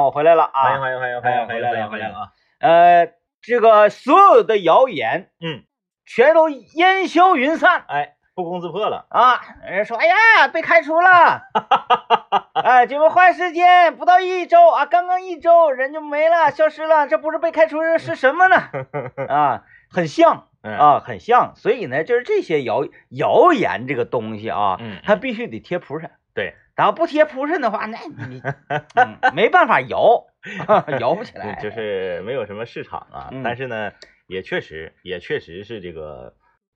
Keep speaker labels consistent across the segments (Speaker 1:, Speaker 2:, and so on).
Speaker 1: 我回来了
Speaker 2: 欢迎
Speaker 1: 啊！
Speaker 2: 欢迎欢迎
Speaker 1: 哎
Speaker 2: 欢迎
Speaker 1: 回
Speaker 2: 欢
Speaker 1: 来
Speaker 2: 迎
Speaker 1: 了
Speaker 2: 欢迎啊！
Speaker 1: 呃，这个所有的谣言，
Speaker 2: 嗯，
Speaker 1: 全都烟消云散
Speaker 2: 哎，不攻自 破了，
Speaker 1: 啊！人家说，哎呀，被开除了，哎，这么换时间不到一周啊，刚刚一周人就没了，消失了，这不是被开除是什么呢？啊，很像
Speaker 2: 嗯，
Speaker 1: 啊，很像。所以呢，就是这些谣谣言这个东西啊，
Speaker 2: 嗯，
Speaker 1: 它必须得贴蒲扇。
Speaker 2: 对，
Speaker 1: 然后不贴蒲扇的话，那你、嗯、没办法摇， 啊摇不起来。
Speaker 2: 嗯就就是没有什么市场啊
Speaker 1: 嗯，
Speaker 2: 但是呢，也确实也确实是这个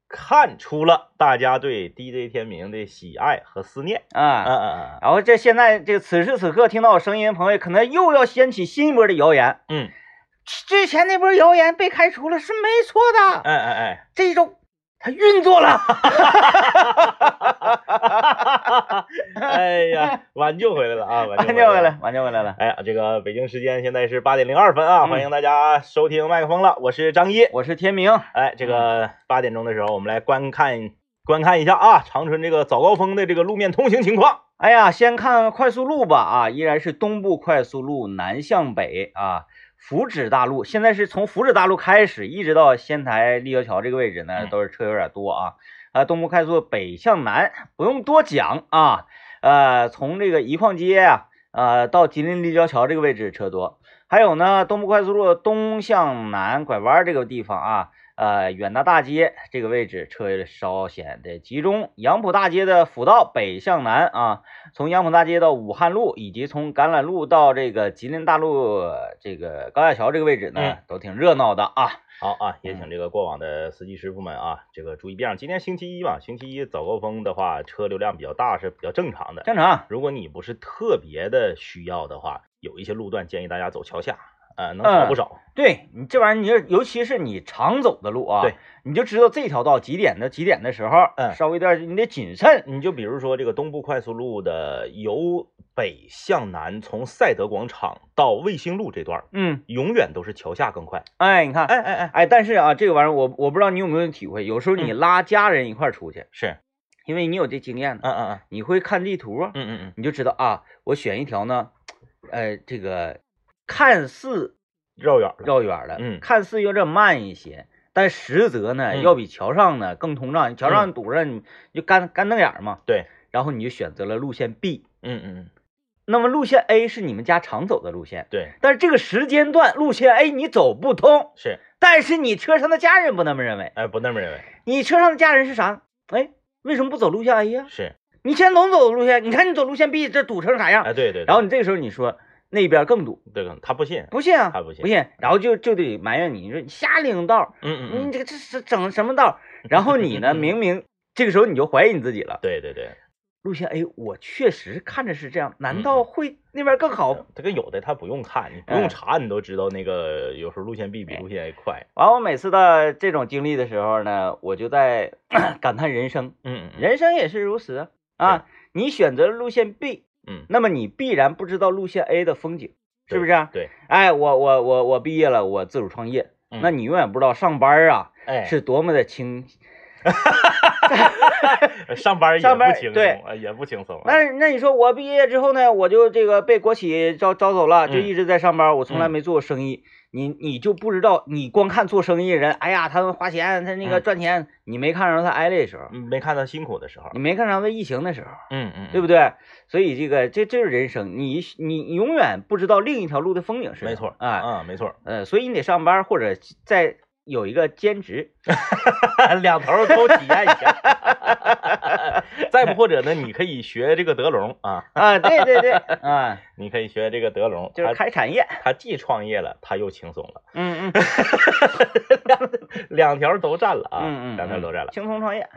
Speaker 2: 看出了大家对 DJ 天明的喜爱和思念，
Speaker 1: 啊
Speaker 2: 嗯嗯嗯
Speaker 1: 然后这现在这此时此刻听到我声音的朋友，可能又要掀起新一波的谣言。
Speaker 2: 嗯
Speaker 1: 之前那波谣言被开除了是没错
Speaker 2: 嗯，
Speaker 1: 的，
Speaker 2: 哎哎哎，
Speaker 1: 这一周他运作了。
Speaker 2: 哎呀，挽救回来了啊，
Speaker 1: 挽
Speaker 2: 挽
Speaker 1: 救
Speaker 2: 救
Speaker 1: 回
Speaker 2: 回来
Speaker 1: 来，。挽救回来了。
Speaker 2: 哎呀，这个北京时间现在是八点零二分啊，
Speaker 1: 嗯
Speaker 2: 欢迎大家收听麦克风了，我是张一。
Speaker 1: 我是天明，
Speaker 2: 哎，
Speaker 1: 嗯
Speaker 2: 这个八点钟的时候，我们来观看观看一下啊，长春这个早高峰的这个路面通行情况。
Speaker 1: 哎呀，先看快速路吧啊，依然是东部快速路南向北啊，福祉大路现在是从福祉大路开始，一直到仙台立交桥这个位置呢，
Speaker 2: 嗯
Speaker 1: 都是车有点多啊。啊，东部快速北向南不用多讲啊，呃，从这个一矿街啊，呃，到吉林立交桥这个位置车多，还有呢，东部快速路东向南拐弯这个地方啊，呃，远大大街这个位置车稍显得集中。杨浦大街的辅道北向南啊，从杨浦大街到武汉路，以及从橄榄路到这个吉林大路呃这个高架桥这个位置呢
Speaker 2: 嗯，
Speaker 1: 都挺热闹的啊。
Speaker 2: 好啊，也请这个过往的司机师傅们啊，这个注意避让。今天星期一嘛，星期一早高峰的话，车流量比较大是比较正常的。
Speaker 1: 正常，
Speaker 2: 如果你不是特别的需要的话，有一些路段建议大家走桥下，呃，能少不少。
Speaker 1: 对你这玩意儿，你就尤其是你常走的路啊，
Speaker 2: 对，
Speaker 1: 你就知道这条道几点的几点的时候，
Speaker 2: 嗯
Speaker 1: 稍微有点你得谨慎。
Speaker 2: 你就比如说这个东部快速路的由北向南，从赛德广场到卫星路这段儿，
Speaker 1: 嗯，
Speaker 2: 永远都是桥下更快。
Speaker 1: 哎，你看，
Speaker 2: 哎哎哎，
Speaker 1: 哎，但是啊，这个玩意儿我我不知道你有没有体会，有时候
Speaker 2: 嗯
Speaker 1: 你拉家人一块儿出去，
Speaker 2: 是，
Speaker 1: 因为你有这经验呢，
Speaker 2: 嗯嗯嗯
Speaker 1: 你会看地图啊，
Speaker 2: 嗯嗯嗯，
Speaker 1: 你就知道啊，我选一条呢，呃，这个看似
Speaker 2: 绕远了。
Speaker 1: 绕远了，
Speaker 2: 嗯
Speaker 1: 看似有点慢一些，但实则呢，
Speaker 2: 嗯
Speaker 1: 要比桥上呢更通畅，桥上堵着你就干干瞪眼儿嘛，
Speaker 2: 对，
Speaker 1: 然后你就选择了路线 B，
Speaker 2: 嗯嗯嗯，
Speaker 1: 那么路线 A 是你们家常走的路线。
Speaker 2: 对，
Speaker 1: 但是这个时间段路线 A 你走不通，
Speaker 2: 是，
Speaker 1: 但是你车上的家人不那么认为，
Speaker 2: 哎，不那么认为，
Speaker 1: 你车上的家人是啥？哎，为什么不走路线 A 呀、
Speaker 2: 是，
Speaker 1: 你现在总走路线，你看你走路线 B，这堵成啥样？
Speaker 2: 哎，对对，对
Speaker 1: 然后你这个时候你说那边更堵，
Speaker 2: 对，可能他不信，
Speaker 1: 不信啊？
Speaker 2: 他不信
Speaker 1: 不信。然后就就得埋怨你，你说你瞎领道，
Speaker 2: 嗯嗯
Speaker 1: 你
Speaker 2: 嗯，
Speaker 1: 这个这是整什么道？然后你 呢，明明这个时候你就怀疑你自己了。
Speaker 2: 对对对，
Speaker 1: 路线 A，我确实看着是这样，
Speaker 2: 嗯
Speaker 1: 难道会那边更好？
Speaker 2: 这个有的他不用看，你不
Speaker 1: 哎
Speaker 2: 用查，你都知道那个有时候路线 B 比路线 A 快，
Speaker 1: 完，我每次的这种经历的时候呢，我就在 感叹人生，
Speaker 2: 嗯嗯
Speaker 1: 人生也是如此啊。你选择了路线 B，
Speaker 2: 嗯，
Speaker 1: 那么你必然不知道路线 A 的风景，是不是、啊？
Speaker 2: 对，
Speaker 1: 哎，我我我我毕业了，我自主创业，
Speaker 2: 嗯
Speaker 1: 那你永远不知道上班啊
Speaker 2: 哎，
Speaker 1: 是多么的轻。
Speaker 2: 呃上班也
Speaker 1: 上班
Speaker 2: 不轻
Speaker 1: 对
Speaker 2: 松，哎也不轻松，
Speaker 1: 那那你说我毕业之后呢，我就这个被国企招招走了，就
Speaker 2: 嗯
Speaker 1: 一直在上班，我从来
Speaker 2: 嗯
Speaker 1: 没做过生意。你你就不知道，你光看做生意人，哎呀，他们花钱，他那个
Speaker 2: 嗯
Speaker 1: 赚钱，你没看着他挨累的时候，
Speaker 2: 嗯没看到辛苦的时候
Speaker 1: 你，没看着他疫情的时候，
Speaker 2: 嗯嗯，
Speaker 1: 对不
Speaker 2: 对？
Speaker 1: 对？所以这个这这是人生，你你你永远不知道另一条路的风景是什么
Speaker 2: 没错，
Speaker 1: 哎。
Speaker 2: 嗯，没 错，
Speaker 1: 呃，所以你得上班或者再有一个兼职。
Speaker 2: 两头都体验一下。再不或者呢，你可以学这个德龙啊，
Speaker 1: 啊，对对对，啊，
Speaker 2: 你可以学这个德龙，
Speaker 1: 就是
Speaker 2: 他
Speaker 1: 开产业。
Speaker 2: 他既创业了，他又轻松了。
Speaker 1: 嗯嗯
Speaker 2: 两条都占了啊，
Speaker 1: 嗯嗯，
Speaker 2: 两条
Speaker 1: 嗯
Speaker 2: 都占了。
Speaker 1: 轻松创业。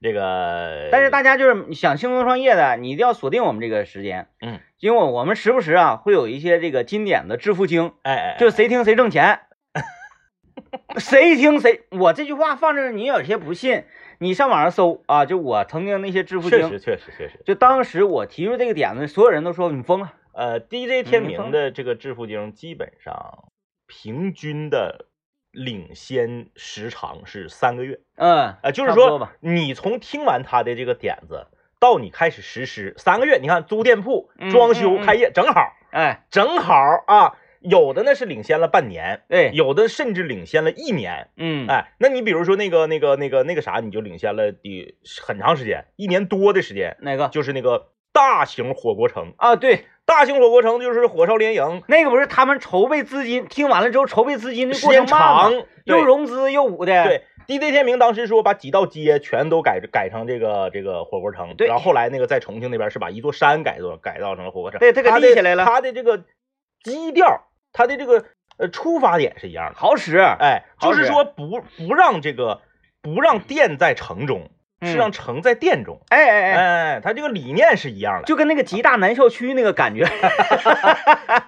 Speaker 2: 这个，
Speaker 1: 但是大家就是想轻松创业的，你一定要锁定我们这个时间，
Speaker 2: 嗯，
Speaker 1: 因为我们时不时啊会有一些这个经典的致富经，
Speaker 2: 哎 哎，
Speaker 1: 就是谁听谁挣 钱。谁听谁，我这句话放这儿，你有些不信，你上网上搜啊，就我曾经那些致富
Speaker 2: 确实
Speaker 1: 经，
Speaker 2: 确实确实，
Speaker 1: 就当时我提出这个点子，所有人都说你疯了，
Speaker 2: 呃，DJ 天
Speaker 1: 嗯没错
Speaker 2: 明的这个致富经基本上平均的领先时长是三个月，
Speaker 1: 嗯，
Speaker 2: 呃，就是
Speaker 1: 差不多
Speaker 2: 说
Speaker 1: 吧，
Speaker 2: 你从听完他的这个点子到你开始实施三个月，你看租店铺
Speaker 1: 嗯、
Speaker 2: 装
Speaker 1: 嗯
Speaker 2: 修、
Speaker 1: 嗯
Speaker 2: 开业正好，
Speaker 1: 哎，
Speaker 2: 正好啊，有的呢是领先了半年，
Speaker 1: 对，
Speaker 2: 有的甚至领先了一年。
Speaker 1: 嗯，
Speaker 2: 哎，那你比如说那个那个那个那个啥，你就领先了第很长时间，一年多的时间，
Speaker 1: 哪个？
Speaker 2: 就是那个大型火锅城。
Speaker 1: 啊，对，
Speaker 2: 大型火锅城就是火烧连营，
Speaker 1: 那个不是他们筹备资金，听完了之后筹备资金的
Speaker 2: 时
Speaker 1: 过程
Speaker 2: 间
Speaker 1: 慢
Speaker 2: 长
Speaker 1: 吗，，
Speaker 2: 对
Speaker 1: 又融资又捂的，，
Speaker 2: 对。DJ 天明当时说把几道街全都改改成这个这个火锅城，
Speaker 1: 对
Speaker 2: 然后后来那个在重庆那边是把一座山改造改造成了火锅城，
Speaker 1: 对他给
Speaker 2: 它
Speaker 1: 立
Speaker 2: 的
Speaker 1: 起来了
Speaker 2: 它的这个基调，它的这个呃出发点是一样的，
Speaker 1: 好使，
Speaker 2: 哎，
Speaker 1: 好
Speaker 2: 就
Speaker 1: 使
Speaker 2: 是说不不让这个不让店在城中，
Speaker 1: 嗯
Speaker 2: 是让城在店中，
Speaker 1: 哎哎哎，
Speaker 2: 哎，它这个理念是一样的。
Speaker 1: 就跟那个吉大南校区那个感觉，
Speaker 2: 啊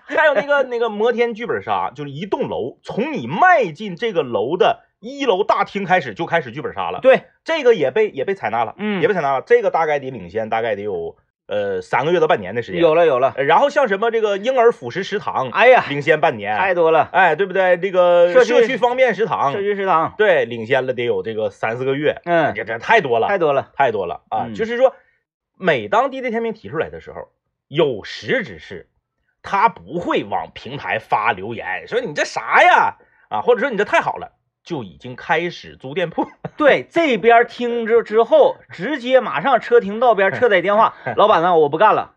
Speaker 2: 还有那个那个摩天剧本杀，就是一栋楼，从你迈进这个楼的一楼大厅开始就开始剧本杀了。
Speaker 1: 对，
Speaker 2: 这个也被也被采纳了，
Speaker 1: 嗯
Speaker 2: 也被采纳了。这个大概得领先，大概得有呃三个月到半年的时间。
Speaker 1: 有了有了，
Speaker 2: 呃，然后像什么这个婴儿辅食食堂，
Speaker 1: 哎呀，
Speaker 2: 领先半年，
Speaker 1: 太多了，
Speaker 2: 哎，对不对？这个
Speaker 1: 社区
Speaker 2: 社区方便食堂
Speaker 1: 社，区食堂，
Speaker 2: 对，领先了得有这个三四个月，
Speaker 1: 嗯，
Speaker 2: 这这太多了，
Speaker 1: 太多了，
Speaker 2: 太多了啊！
Speaker 1: 嗯
Speaker 2: 就是说，每当 DJ 天明提出来的时候，有识之士，他不会往平台发留言说你这啥呀啊，或者说你这太好了，就已经开始租店铺。
Speaker 1: 对，这边听着之后，直接马上车停道边，车载电 话，老板呢，我不干了，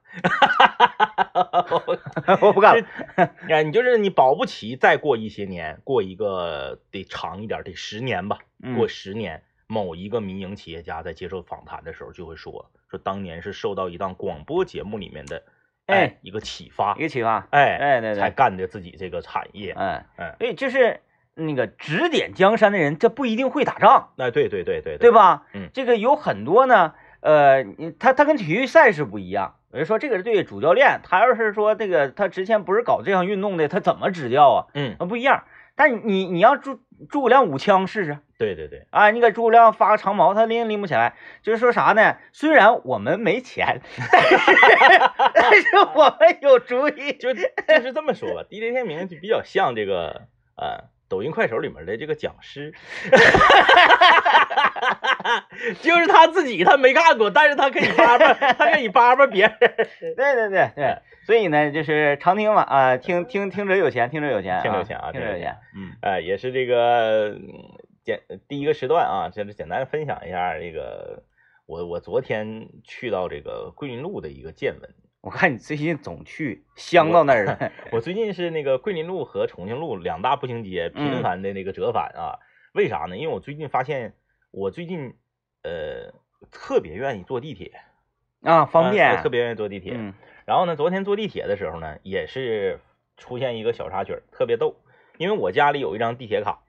Speaker 1: 我 不干了，
Speaker 2: 哎，你就是你保不齐再过一些年，过一个得长一点，得十年吧，
Speaker 1: 嗯
Speaker 2: 过十年。某一个民营企业家在接受访谈的时候就会说，说当年是受到一档广播节目里面的，
Speaker 1: 哎
Speaker 2: 一个启发
Speaker 1: 一，个启发，
Speaker 2: 哎，
Speaker 1: 哎对
Speaker 2: 才
Speaker 1: 对，
Speaker 2: 干的自己这个产业，
Speaker 1: 哎，
Speaker 2: 嗯，
Speaker 1: 所以就是那个指点江山的人，这不一定会打仗。
Speaker 2: 那哎对对对对
Speaker 1: 对？吧？
Speaker 2: 嗯
Speaker 1: 这个有很多呢，呃，你他他跟体育赛事不一样。我就说这个对主教练，他要是说这个他之前不是搞这项运动的，他怎么指教啊？
Speaker 2: 嗯，
Speaker 1: 那不一样。但你你让诸诸葛亮舞枪试试
Speaker 2: 对对对，
Speaker 1: 啊！你给诸葛亮发个长矛，他拎也拎不起来。就是说啥呢？虽然我们没钱， 但是但是我们有主意。
Speaker 2: 就就是这么说吧。DJ 天明就比较像这个呃，抖音、快手里面的这个讲师， 就是他自己他没看过，但是他可以叭叭，他可以叭叭别人。
Speaker 1: 对对对
Speaker 2: 哎
Speaker 1: 对，所以呢，就是常听嘛啊，听听听者有钱，听者有钱，
Speaker 2: 听着
Speaker 1: 有
Speaker 2: 有钱啊，
Speaker 1: 听
Speaker 2: 着
Speaker 1: 者
Speaker 2: 有
Speaker 1: 有钱
Speaker 2: 钱。，嗯，哎，也是这个嗯简第一个时段啊，这是简单分享一下这个。我我昨天去到这个桂林路的一个见闻，
Speaker 1: 我看你最近总去香到那儿了。
Speaker 2: 我最近是那个桂林路和重庆路两大步行街频
Speaker 1: 嗯
Speaker 2: 繁的那个折返啊，为啥呢？因为我最近发现，我最近呃特别愿意坐地铁，
Speaker 1: 啊，方便，
Speaker 2: 呃特别愿意坐地铁。
Speaker 1: 嗯
Speaker 2: 然后呢，昨天坐地铁的时候呢，也是出现一个小插曲儿，特别逗。因为我家里有一张地铁卡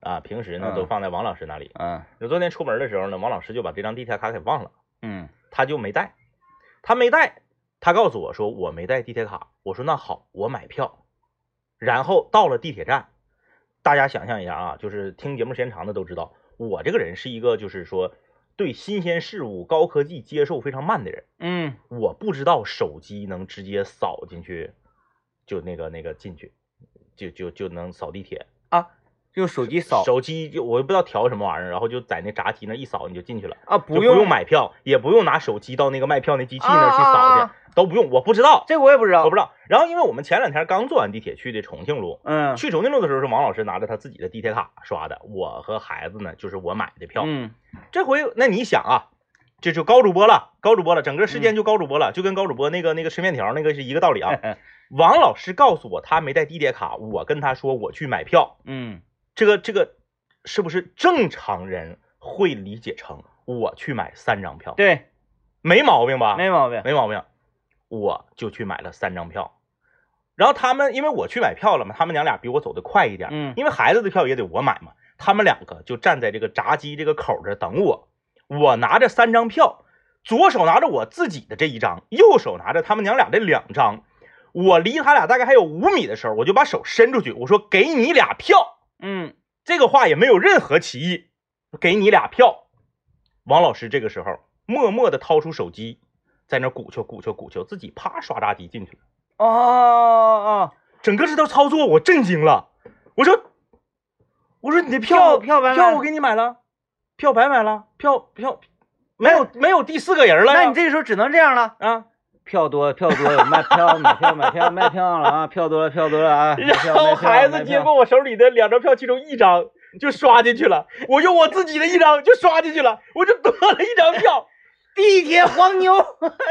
Speaker 2: 啊，平时呢
Speaker 1: 嗯
Speaker 2: 都放在王老师那里。
Speaker 1: 嗯
Speaker 2: 那昨天出门的时候呢，王老师就把这张地铁卡给忘了，
Speaker 1: 嗯
Speaker 2: 他就没带，他没带，他告诉我说我没带地铁卡，我说那好，我买票，然后到了地铁站，大家想象一下啊，就是听节目时间长的都知道，我这个人是一个就是说对新鲜事物、高科技接受非常慢的人，
Speaker 1: 嗯，
Speaker 2: 我不知道手机能直接扫进去，就那个那个进去，就就就能扫地铁，
Speaker 1: 用手机扫
Speaker 2: 手机就我也不知道调什么玩意儿，然后就在那闸机那一扫你就进去了。
Speaker 1: 啊，
Speaker 2: 就不
Speaker 1: 用，
Speaker 2: 买票，也不用拿手机到那个卖票那机器那儿去
Speaker 1: 啊啊
Speaker 2: 扫去，
Speaker 1: 啊
Speaker 2: 都不用。我不知道，
Speaker 1: 这个我也不知道，
Speaker 2: 我不知道。然后因为我们前两天刚坐完地铁去的重庆路，
Speaker 1: 嗯
Speaker 2: 去重庆路的时候是王老师拿着他自己的地铁卡刷的，我和孩子呢就是我买的票。
Speaker 1: 嗯
Speaker 2: 这回那你想啊，这就高主播了，高主播了，整个事件就高主播了，就跟高主播那个那个吃面条那个是一个道 理啊。王老师告诉我他没带地铁卡，我跟他说我去买票，
Speaker 1: 嗯，
Speaker 2: 这个这个是不是正常人会理解成我去买三张票？
Speaker 1: 对，
Speaker 2: 没毛病吧？
Speaker 1: 没毛病，
Speaker 2: 没毛病，我就去买了三张票。然后他们因为我去买票了嘛，他们娘俩比我走得快一点，
Speaker 1: 嗯
Speaker 2: 因为孩子的票也得我买嘛，他们两个就站在这个闸机这个口这儿等我，我拿着三张票，左手拿着我自己的这一张，右手拿着他们娘俩这两张，我离他俩大概还有五米的时候，我就把手伸出去，我说给你俩票，
Speaker 1: 嗯
Speaker 2: 这个话也没有任何歧义，给你俩票。王老师这个时候默默的掏出手机，在那鼓秋鼓秋鼓秋，自己啪刷闸机进去了。
Speaker 1: 哦哦，
Speaker 2: 整个这套操作我震惊了，我说，我说你的
Speaker 1: 票票
Speaker 2: 票
Speaker 1: 白买了
Speaker 2: 票我给你买了，票白买了，票票没有没有第四个人了呀。
Speaker 1: 那你这个时候只能这样了，
Speaker 2: 啊，
Speaker 1: 票多票多有卖 票买票买票卖票了啊，票多了票多了啊。买票
Speaker 2: 然后
Speaker 1: 买票
Speaker 2: 孩
Speaker 1: 买
Speaker 2: 子接
Speaker 1: 票
Speaker 2: 过我手里的两张票，其中一张就刷进去了，我用我自己的一张就刷进去了，我就得了一张票。
Speaker 1: 地铁黄牛，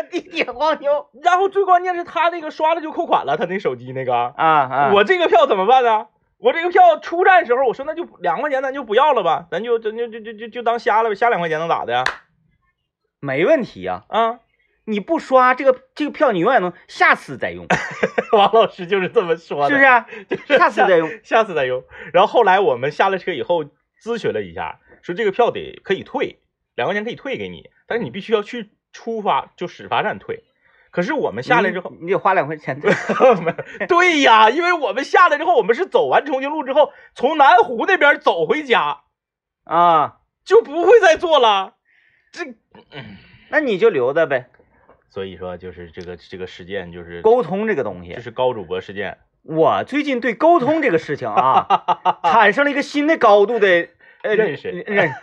Speaker 1: 地铁黄牛
Speaker 2: 然后最关键是他那个刷了就扣款了，他那手机那个，
Speaker 1: 啊啊！
Speaker 2: 我这个票怎么办呢？我这个票出站时候，我说那就两块钱，咱就不要了吧，咱就咱就就就就就当瞎了呗，瞎两块钱能咋的呀？
Speaker 1: 没问题呀、
Speaker 2: 啊，
Speaker 1: 你不刷这个这个票，你永远能下次再用，是
Speaker 2: 王老师就是这么说
Speaker 1: 不
Speaker 2: 的，
Speaker 1: 是、 啊？下次再用。
Speaker 2: 下次再用。然后后来我们下了车以后咨询了一下，说这个票得可以退，两块钱可以退给你，但是你必须要去出发就始发站退。可是我们下来之后，
Speaker 1: 你你得花两块 钱。
Speaker 2: 对呀，因为我们下来之后，我们是走完重庆路之后，从南湖那边走回家，
Speaker 1: 啊，
Speaker 2: 就不会再坐了。这
Speaker 1: 那你就留着呗。
Speaker 2: 所以说就是这个这个事件就是
Speaker 1: 沟通这个东西
Speaker 2: 就，是高主播事件，
Speaker 1: 我最近对沟通这个事情 啊，产生了一个新的高度的呃
Speaker 2: 认 识
Speaker 1: 认识。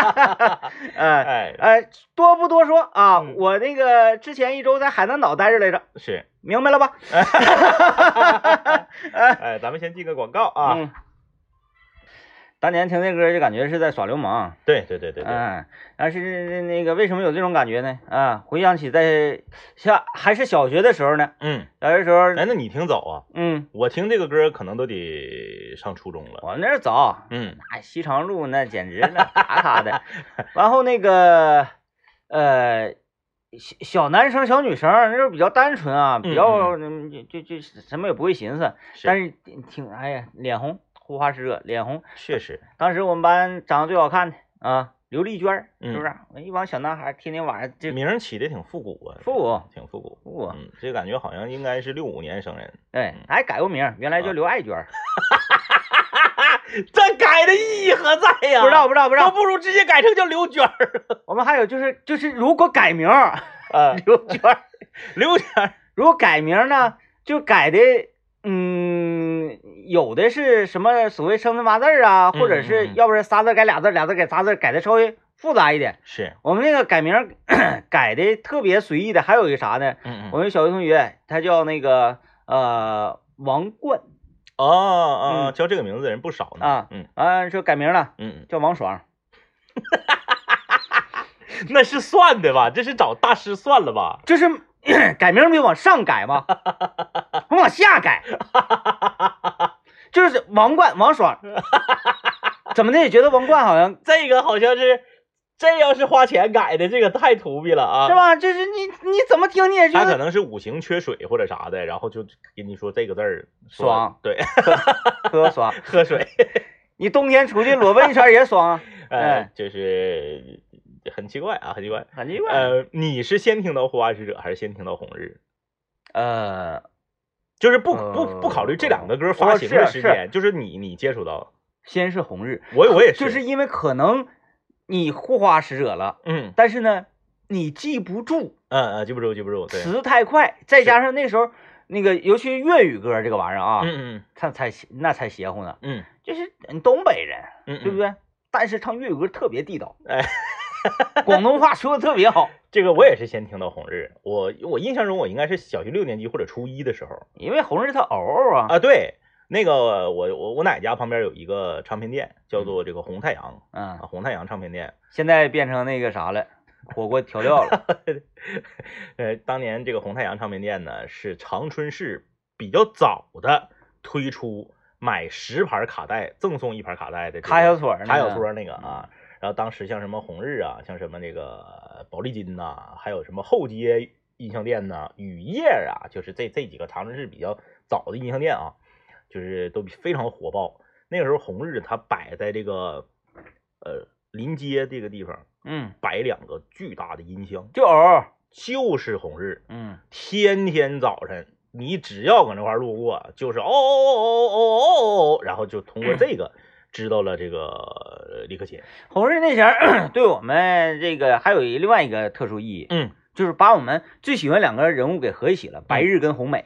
Speaker 1: 呃
Speaker 2: 哎，
Speaker 1: 呃，多不多说啊，
Speaker 2: 嗯
Speaker 1: 我那个之前一周在海南岛待着来着，
Speaker 2: 是
Speaker 1: 明白了吧？
Speaker 2: 哎，咱们先进个广告啊，
Speaker 1: 嗯，当年听那歌就感觉是在耍流氓，
Speaker 2: 对对对对对，
Speaker 1: 嗯，但是那个为什么有这种感觉呢？啊，回想起在下还是小学的时候呢，
Speaker 2: 嗯，
Speaker 1: 小学时候，
Speaker 2: 哎，那你挺早啊，
Speaker 1: 嗯，
Speaker 2: 我听这个歌可能都得上初中了。
Speaker 1: 我们那儿早，
Speaker 2: 嗯，
Speaker 1: 那西长路那简直那咔咔 的，然后那个呃。小小男生、小女生那时候比较单纯啊，比较嗯就就什么也不会寻思，但
Speaker 2: 是
Speaker 1: 是挺哎呀脸红，护花使者脸红，
Speaker 2: 确实，
Speaker 1: 当时我们班长得最好看的啊，刘丽娟儿，是不
Speaker 2: 嗯
Speaker 1: 是？我一帮小男孩儿天天晚上
Speaker 2: 这
Speaker 1: 这
Speaker 2: 名儿起的挺复古啊，
Speaker 1: 复古
Speaker 2: 挺复古。
Speaker 1: 复古，
Speaker 2: 嗯，这感觉好像应该是六五年生人，
Speaker 1: 哎，还改过名儿，原来叫
Speaker 2: 啊
Speaker 1: 刘爱娟 儿，
Speaker 2: 这改的意义何在呀
Speaker 1: 不知道不知道不知
Speaker 2: 都
Speaker 1: 道。
Speaker 2: 不如直接改成叫刘娟儿。
Speaker 1: 我们还有就是就是，如果改名儿
Speaker 2: 啊，
Speaker 1: 刘娟儿，
Speaker 2: 刘娟儿，
Speaker 1: 如果改名儿呢，就改的嗯，有的是什么所谓生辰八字儿啊，或者是
Speaker 2: 嗯嗯嗯
Speaker 1: 要不然仨字儿改俩字儿，俩字儿改仨字儿，改的稍微复杂一点。
Speaker 2: 是，
Speaker 1: 我们那个改名儿 改的特别随意的，还有一个啥呢？
Speaker 2: 嗯
Speaker 1: 我，们小学同学他叫那个呃王冠。
Speaker 2: 哦哦，
Speaker 1: 嗯
Speaker 2: 叫这个名字的人不少呢。
Speaker 1: 啊
Speaker 2: 嗯
Speaker 1: 啊，说改名了，
Speaker 2: 嗯，
Speaker 1: 叫王爽。
Speaker 2: 嗯那是算的吧？这是找大师算了吧？
Speaker 1: 就是 改名儿没往上改 吗？我往下改，就是王冠王 爽，怎么的也觉得王冠好像
Speaker 2: 这个好像是，这要是花钱改的，这个太土逼了啊
Speaker 1: 是吧？就是你你怎么听你也觉
Speaker 2: 他可
Speaker 1: 得
Speaker 2: 能是五行缺水或者啥的，然后就跟你说这个字儿说
Speaker 1: 爽，
Speaker 2: 对，
Speaker 1: 喝爽，
Speaker 2: 喝水，
Speaker 1: 你冬天出去裸奔一圈儿也爽啊，
Speaker 2: 呃
Speaker 1: 哎，
Speaker 2: 就是很奇怪啊， 很奇怪。
Speaker 1: 很奇怪。
Speaker 2: 呃，你是先听到《护花使者》还是先听到《红日
Speaker 1: 呃，》？
Speaker 2: 就是不
Speaker 1: 呃
Speaker 2: 不不考虑这两个歌
Speaker 1: 哦
Speaker 2: 发
Speaker 1: 啊
Speaker 2: 行的时间，就是你你接触到
Speaker 1: 先是红日，
Speaker 2: 我我也是，
Speaker 1: 就是因为可能你护花使者了，
Speaker 2: 嗯
Speaker 1: 但是呢，你记不住。
Speaker 2: 嗯嗯，记不住记不住，对，嗯
Speaker 1: 词太快，再加上那时候那个，尤其是粤语歌这个玩意儿啊，
Speaker 2: 嗯
Speaker 1: 他才邪那才邪乎呢。
Speaker 2: 嗯
Speaker 1: 就是嗯东北人，
Speaker 2: 嗯，
Speaker 1: 对不
Speaker 2: 对？
Speaker 1: 对？但是唱粤语歌特别地道，
Speaker 2: 哎，
Speaker 1: 广东话说的特别好，
Speaker 2: 这个我也是先听到《红日》，我我印象中我应该是小学六年级或者初一的时候，
Speaker 1: 因为红日他嗷嗷啊，
Speaker 2: 啊，对，那个我我我奶家旁边有一个唱片店，叫做这个红太阳
Speaker 1: 嗯，
Speaker 2: 啊，红太阳唱片店。
Speaker 1: 现在变成那个啥了，火锅调料 了，
Speaker 2: 呃，当年这个红太阳唱片店呢，是长春市比较早的推出买十盘卡带赠送一盘卡带的
Speaker 1: 卡小撮儿那个
Speaker 2: 卡小撮那个啊。然后当时像什么红日啊，像什么那个宝丽金呐、还有什么后街音像店呐、雨夜啊，就是这这几个长春市比较早的音像店啊，就是都非常火爆。那个时候红日它摆在这个呃临街这个地方
Speaker 1: 嗯，
Speaker 2: 摆两个巨大的音箱，
Speaker 1: 就嗷嗷，
Speaker 2: 就是红日，
Speaker 1: 嗯，
Speaker 2: 天天早晨，你只要搁那块儿路过，就是哦哦哦哦哦哦，然后就通过这个知道了这个呃李克勤。
Speaker 1: 红日那前儿 对我们这个还有一另外一个特殊意义，
Speaker 2: 嗯，
Speaker 1: 就是把我们最喜欢两个人物给合一起了，白日跟红美。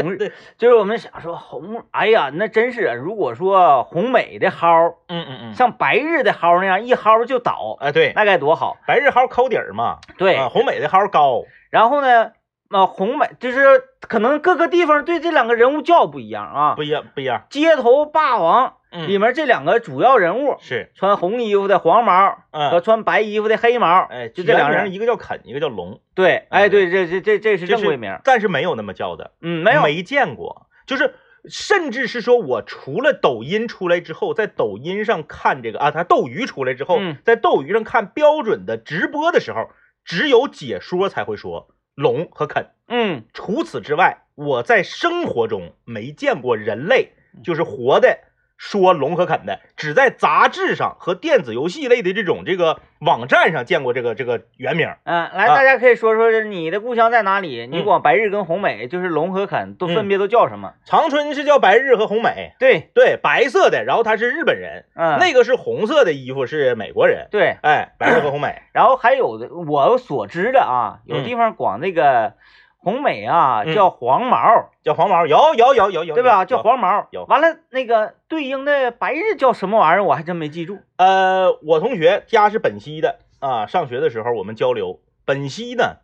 Speaker 1: 红日，就是我们想说红，哎呀，那真是如果说红美的蒿
Speaker 2: 嗯嗯嗯，
Speaker 1: 像白日的蒿那样一蒿就倒，
Speaker 2: 哎对，
Speaker 1: 那该多好。
Speaker 2: 白日蒿抠底儿嘛，
Speaker 1: 对，
Speaker 2: 啊，红美的蒿高，
Speaker 1: 然后呢，呃，红美就是可能各个地方对这两个人物叫不一样啊。
Speaker 2: 不一样不一样，
Speaker 1: 街头霸王里
Speaker 2: 嗯，
Speaker 1: 面这两个主要人物，
Speaker 2: 是，
Speaker 1: 穿红衣服的黄毛和
Speaker 2: 嗯，
Speaker 1: 穿白衣服的黑毛，
Speaker 2: 哎，
Speaker 1: 就这两个
Speaker 2: 原
Speaker 1: 人
Speaker 2: 名，一个叫肯，一个叫龙，
Speaker 1: 对，哎，
Speaker 2: 嗯
Speaker 1: 对，这这这这是
Speaker 2: 这
Speaker 1: 正
Speaker 2: 是
Speaker 1: 规名，
Speaker 2: 但是没有那么叫的，
Speaker 1: 嗯，没有，
Speaker 2: 没见过，就是。甚至是说，我除了抖音出来之后，在抖音上看这个啊，他斗鱼出来之后，
Speaker 1: 嗯
Speaker 2: 在斗鱼上看标准的直播的时候，只有解说才会说龙和肯，
Speaker 1: 嗯，
Speaker 2: 除此之外，我在生活中没见过人类
Speaker 1: 嗯
Speaker 2: 就是活的说龙和肯的，只在杂志上和电子游戏类的这种这个网站上见过这个这个原名。
Speaker 1: 嗯，来，
Speaker 2: 啊
Speaker 1: 大家可以说说你的故乡在哪里？你
Speaker 2: 嗯
Speaker 1: 管白日跟红美，就是龙和肯，都分别都叫什么？
Speaker 2: 长春是叫白日和红美，
Speaker 1: 对，
Speaker 2: 对，白色的，然后他是日本人，
Speaker 1: 嗯，
Speaker 2: 那个是红色的衣服是美国人。
Speaker 1: 对，
Speaker 2: 哎，白日和 红美，
Speaker 1: 然后还有的我所知的啊，有地方管那个红美啊
Speaker 2: 嗯
Speaker 1: 叫黄毛，
Speaker 2: 叫黄毛，有有有有有，
Speaker 1: 对吧？
Speaker 2: 有
Speaker 1: 叫黄毛。
Speaker 2: 有
Speaker 1: 完了，那个对应的白日叫什么玩意儿，我还真没记住。
Speaker 2: 呃，我同学家是本溪的啊，上学的时候我们交流，本溪呢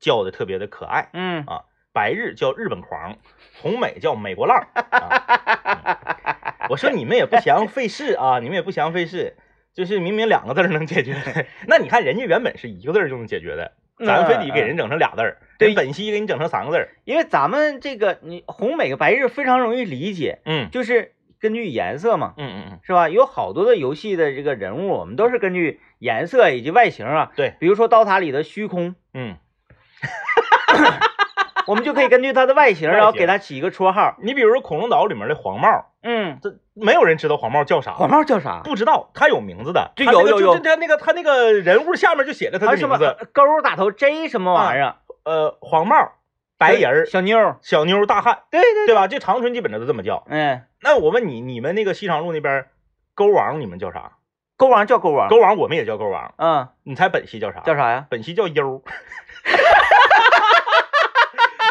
Speaker 2: 叫的特别的可爱。
Speaker 1: 嗯，
Speaker 2: 白日叫日本狂，红美叫美国浪。啊嗯我说你们也不嫌费事啊，你们也不嫌费事，就是明明两个字儿能解 决，那你看人家原本是一个字儿就能解决的，
Speaker 1: 嗯
Speaker 2: 咱非得给人整成俩字儿，
Speaker 1: 对
Speaker 2: 人本溪给你整成三个字儿。
Speaker 1: 因为咱们这个你红美白日非常容易理解，
Speaker 2: 嗯
Speaker 1: 就是根据颜色嘛，
Speaker 2: 嗯嗯嗯，
Speaker 1: 是吧？有好多的游戏的这个人物，我们都是根据颜色以及外形啊，
Speaker 2: 对，
Speaker 1: 比如说刀塔里的虚空，
Speaker 2: 嗯，
Speaker 1: 我们就可以根据它的外形，
Speaker 2: 外形
Speaker 1: 然后给它起一个绰号。
Speaker 2: 你比如说恐龙岛里面的黄帽，
Speaker 1: 嗯，
Speaker 2: 这没有人知道黄帽叫啥。
Speaker 1: 黄毛叫啥？
Speaker 2: 不知道，他有名字的，
Speaker 1: 对
Speaker 2: 他那个
Speaker 1: 有有啊
Speaker 2: 就
Speaker 1: 有
Speaker 2: 就他那个他那个人物下面就写着他
Speaker 1: 还
Speaker 2: 的
Speaker 1: 有什么
Speaker 2: 名字，
Speaker 1: 勾儿打头 J 什么玩意儿？啊
Speaker 2: 呃，黄帽、白人儿、
Speaker 1: 小妞儿。
Speaker 2: 小妞、大汉，
Speaker 1: 对对，
Speaker 2: 对吧？这长春基本上都这么叫。
Speaker 1: 嗯，
Speaker 2: 那我问你，你们那个西长路那边勾王，你们叫啥？
Speaker 1: 勾王叫勾王。
Speaker 2: 勾王我们也叫勾王，
Speaker 1: 嗯，
Speaker 2: 你猜本溪叫啥？
Speaker 1: 叫啥呀？
Speaker 2: 本溪叫优。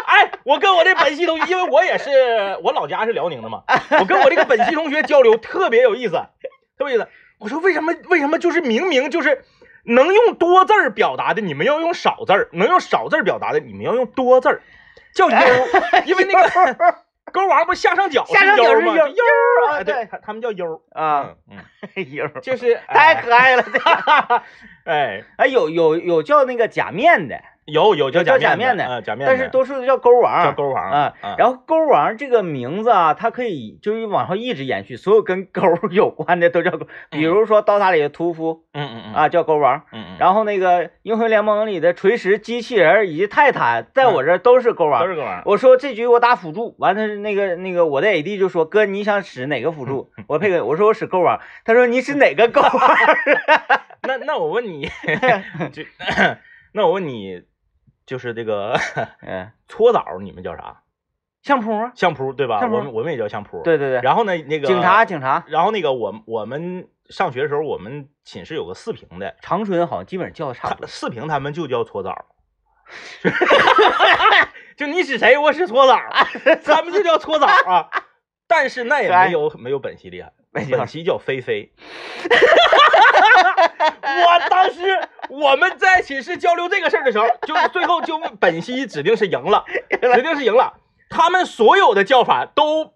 Speaker 2: 哎，我跟我这本溪同学，因为我也是我老家是辽宁的嘛，我跟我这个本溪同学交流特别有意思，特别有意思。我说为什么为什么就是明明就是能用多字儿表达的，你们要用少字儿；能用少字儿表达的，你们要用多字儿，叫优，因为那个 勾王不下上角
Speaker 1: 下上角
Speaker 2: 优
Speaker 1: 是
Speaker 2: 吗？
Speaker 1: 优
Speaker 2: 优
Speaker 1: 啊
Speaker 2: 啊，
Speaker 1: 对
Speaker 2: 对，他他们叫优。
Speaker 1: 啊，
Speaker 2: 嗯嗯，
Speaker 1: 呦，
Speaker 2: 就是
Speaker 1: 太可爱了！这个
Speaker 2: 哎，
Speaker 1: 哎，有有有叫那个假面的，
Speaker 2: 有有
Speaker 1: 有叫
Speaker 2: 叫
Speaker 1: 假面
Speaker 2: 面
Speaker 1: 的
Speaker 2: 嗯，假面的，
Speaker 1: 但是多数都叫勾王。
Speaker 2: 叫勾王
Speaker 1: 啊
Speaker 2: 嗯
Speaker 1: 然后勾王这个名字啊，它可以就是往后一直延续，所有跟勾 有关的都叫勾，比如说刀塔里的屠夫
Speaker 2: 嗯嗯嗯
Speaker 1: 啊叫勾王，
Speaker 2: 嗯嗯，后
Speaker 1: 然后那个英雄联盟里的锤石、机器人以及泰坦，在我这儿都是勾
Speaker 2: 嗯都
Speaker 1: 王。
Speaker 2: 是勾王，
Speaker 1: 我说这局我打辅助，完他那个那个我的 AD 就说哥你想使哪个辅助？
Speaker 2: 嗯
Speaker 1: 我配个我说我使勾王，他说你使哪个勾王？
Speaker 2: 那那我 问你，就那我问你，就是这个
Speaker 1: 嗯，
Speaker 2: 搓澡你们叫啥？
Speaker 1: 相扑啊，
Speaker 2: 相扑对吧？
Speaker 1: 相扑
Speaker 2: 我们我们也叫相扑。。
Speaker 1: 对对对，
Speaker 2: 然后呢，那个
Speaker 1: 警察，警察，
Speaker 2: 然后那个我我们上学的时候，我们寝室有个四平的，
Speaker 1: 长春好像基本上叫的差不
Speaker 2: 他
Speaker 1: 多。
Speaker 2: 四平他们就叫搓澡。就你使谁，我使搓澡，他们就叫搓澡啊。但是那也没有没有本溪厉害，
Speaker 1: 没有
Speaker 2: 本溪叫菲菲。我当时我们在寝室交流这个事儿的时候，就最后就问本溪指定是赢了，指定是赢了。他们所有的叫法都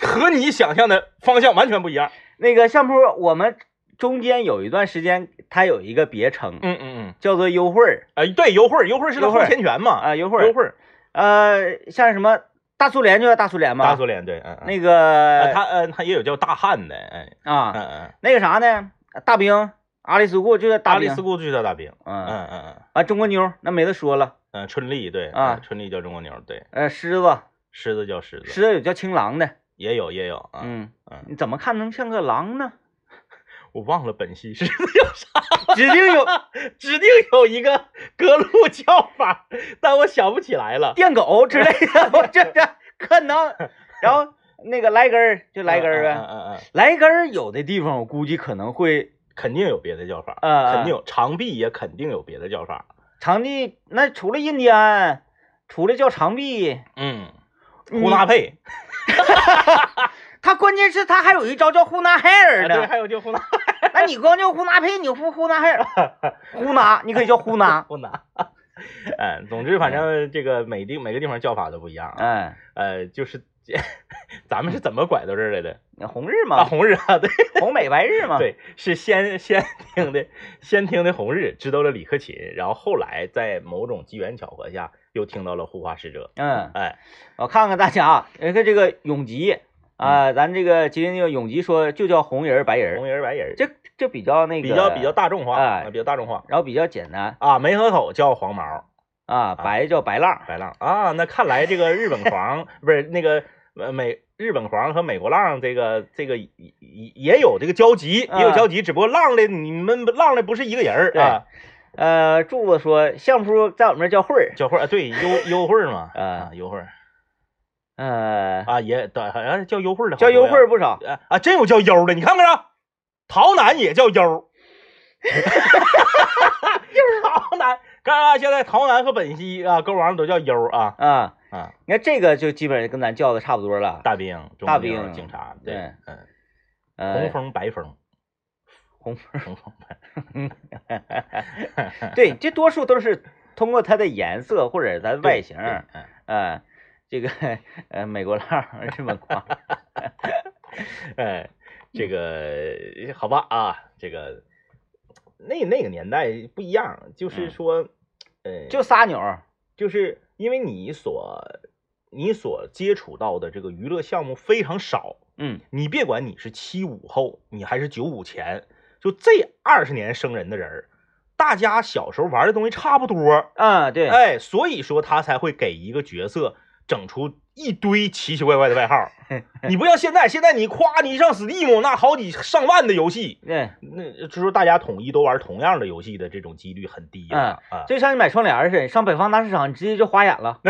Speaker 2: 和你想象的方向完全不一样。
Speaker 1: 那个相扑，我们中间有一段时间它有一个别称，
Speaker 2: 嗯嗯嗯，
Speaker 1: 叫做优惠儿
Speaker 2: 哎，对，尤会儿，尤会儿是他
Speaker 1: 尤会
Speaker 2: 后
Speaker 1: 儿
Speaker 2: 前拳嘛，
Speaker 1: 啊，优惠
Speaker 2: 尤
Speaker 1: 儿，
Speaker 2: 会儿，
Speaker 1: 呃，像什么大苏联就叫大苏联嘛，
Speaker 2: 大苏联对，嗯嗯。
Speaker 1: 那
Speaker 2: 呃，
Speaker 1: 个
Speaker 2: 他呃，他也有叫大汉的，哎，
Speaker 1: 啊
Speaker 2: 嗯，嗯，
Speaker 1: 那个啥呢？大兵阿里斯库就叫大
Speaker 2: 大力
Speaker 1: 兵
Speaker 2: 斯，库就叫大兵，嗯
Speaker 1: 嗯，
Speaker 2: 嗯嗯
Speaker 1: 啊，中国妞那没得说了，
Speaker 2: 嗯，春丽对，
Speaker 1: 啊
Speaker 2: 嗯春丽叫中国牛，对，
Speaker 1: 呃，狮子，
Speaker 2: 狮子叫狮子，
Speaker 1: 狮子有叫青狼的，
Speaker 2: 也有也有啊，
Speaker 1: 嗯
Speaker 2: 嗯，
Speaker 1: 你怎么看能像个狼呢？
Speaker 2: 我忘了本溪狮子
Speaker 1: 指定 有
Speaker 2: 叫，指定有一个格路叫法，但我想不起来了。
Speaker 1: 电狗之类的，我这这可 能，然后那个来根儿就来根儿
Speaker 2: 嗯
Speaker 1: 呗，
Speaker 2: 嗯嗯嗯，
Speaker 1: 来根儿有的地方我估计可能会，
Speaker 2: 肯定有别的叫法，
Speaker 1: 呃，
Speaker 2: 肯定有长臂也肯定有别的叫法，
Speaker 1: 长臂，那除了印第安，除了叫长臂，
Speaker 2: 嗯，呼纳佩，
Speaker 1: 他关键是他还有一招叫呼纳海
Speaker 2: 啊
Speaker 1: 尔
Speaker 2: 对，
Speaker 1: 呢。
Speaker 2: 还有就呼纳
Speaker 1: 那你光叫呼纳佩，你就不呼纳海尔， 呼纳，你可以叫呼纳。
Speaker 2: 呼 纳。嗯，总之反正这个每地每个地方叫法都不一样啊。
Speaker 1: 哎，
Speaker 2: 呃，就是 咱们是怎么拐到这儿来的？
Speaker 1: 红日
Speaker 2: 啊，
Speaker 1: 嘛，
Speaker 2: 红日啊， 对
Speaker 1: 红美白日嘛。，
Speaker 2: 对，是先先听的先听的红日，知道了李克勤，然后后来在某种机缘巧合下又听到了护花使者。
Speaker 1: 嗯，
Speaker 2: 哎，
Speaker 1: 我看看大家啊，你看这个永吉啊，咱这个吉林那个永吉说就叫红人儿白人
Speaker 2: 嗯红
Speaker 1: 儿，
Speaker 2: 人儿白人儿，
Speaker 1: 这这比较那个
Speaker 2: 比较比较，大众化，
Speaker 1: 哎
Speaker 2: 啊比较大众化
Speaker 1: 然后比较简单
Speaker 2: 啊。梅河口叫黄毛，
Speaker 1: 啊，白叫白浪，
Speaker 2: 白浪啊，那看来这个日本狂 不是那个呃美日本狂和美国浪这个这个也也也有这个交集，也有
Speaker 1: 嗯
Speaker 2: 交集，只不过浪的你们浪的不是一个人儿
Speaker 1: 对
Speaker 2: 啊，
Speaker 1: 呃，柱子说相扑在我们这叫会儿，
Speaker 2: 叫会儿啊，对优优惠儿嘛，
Speaker 1: 啊
Speaker 2: 啊优惠儿
Speaker 1: 呃，
Speaker 2: 啊也对，好像叫优惠儿的好
Speaker 1: 叫
Speaker 2: 多呀，
Speaker 1: 优惠儿不少，
Speaker 2: 啊啊，真有叫优的，你看看啊，桃南也叫 优，就是桃南，看啊，现在桃南和本溪啊，勾王都叫优啊
Speaker 1: 啊
Speaker 2: 啊，
Speaker 1: 你看这个就基本跟咱叫的差不多了，
Speaker 2: 大兵、中
Speaker 1: 大
Speaker 2: 兵、
Speaker 1: 兵
Speaker 2: 警察，
Speaker 1: 对
Speaker 2: 嗯。
Speaker 1: 呃
Speaker 2: 红，枫白枫，
Speaker 1: 红
Speaker 2: 红枫白
Speaker 1: 对，这多数都是通过它的颜色或者是它的
Speaker 2: 对
Speaker 1: 外形，
Speaker 2: 对嗯
Speaker 1: 呃，这个呃美国浪、日本 狂，
Speaker 2: 哎，这个好吧啊，这个那那个年代不一样，就是
Speaker 1: 嗯
Speaker 2: 说，呃，
Speaker 1: 就仨钮儿，
Speaker 2: 就是因为你所你所接触到的这个娱乐项目非常少，
Speaker 1: 嗯
Speaker 2: 你别管你是七五后，你还是九五前，就这二十年生人的人儿，大家小时候玩的东西差不多，
Speaker 1: 啊，对，
Speaker 2: 哎，所以说他才会给一个角色整出一堆奇奇怪怪的外号。你不像现在，现在你夸你上 Steam 那好几上万的游戏，
Speaker 1: 对，
Speaker 2: 那就是说大家统一都玩同样的游戏的这种几率很低了啊。
Speaker 1: 嗯就像你买窗帘儿似的，你上北方大市场，你直接就花眼 了，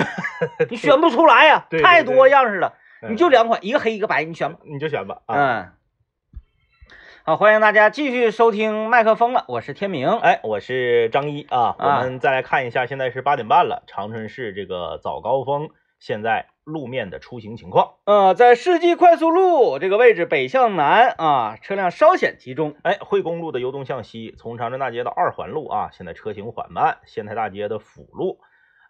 Speaker 1: 你选不出来呀、
Speaker 2: 对对
Speaker 1: 太
Speaker 2: 对
Speaker 1: 多样式了，
Speaker 2: 嗯
Speaker 1: 你就两款，一个黑一个白，你选吧。
Speaker 2: 你就选吧啊。
Speaker 1: 嗯，好，欢迎大家继续收听麦克风了，我是天明。
Speaker 2: 哎，我是张一啊，我
Speaker 1: 啊
Speaker 2: 们再来看一下，现在是八点半了，长春市这个早高峰现在路面的出行情况。
Speaker 1: 呃，在世纪快速路这个位置北向南啊，车辆稍显集中。
Speaker 2: 哎，惠公路的由东向西，从长春大街到二环路啊，现在车行缓慢；仙台大街的辅路，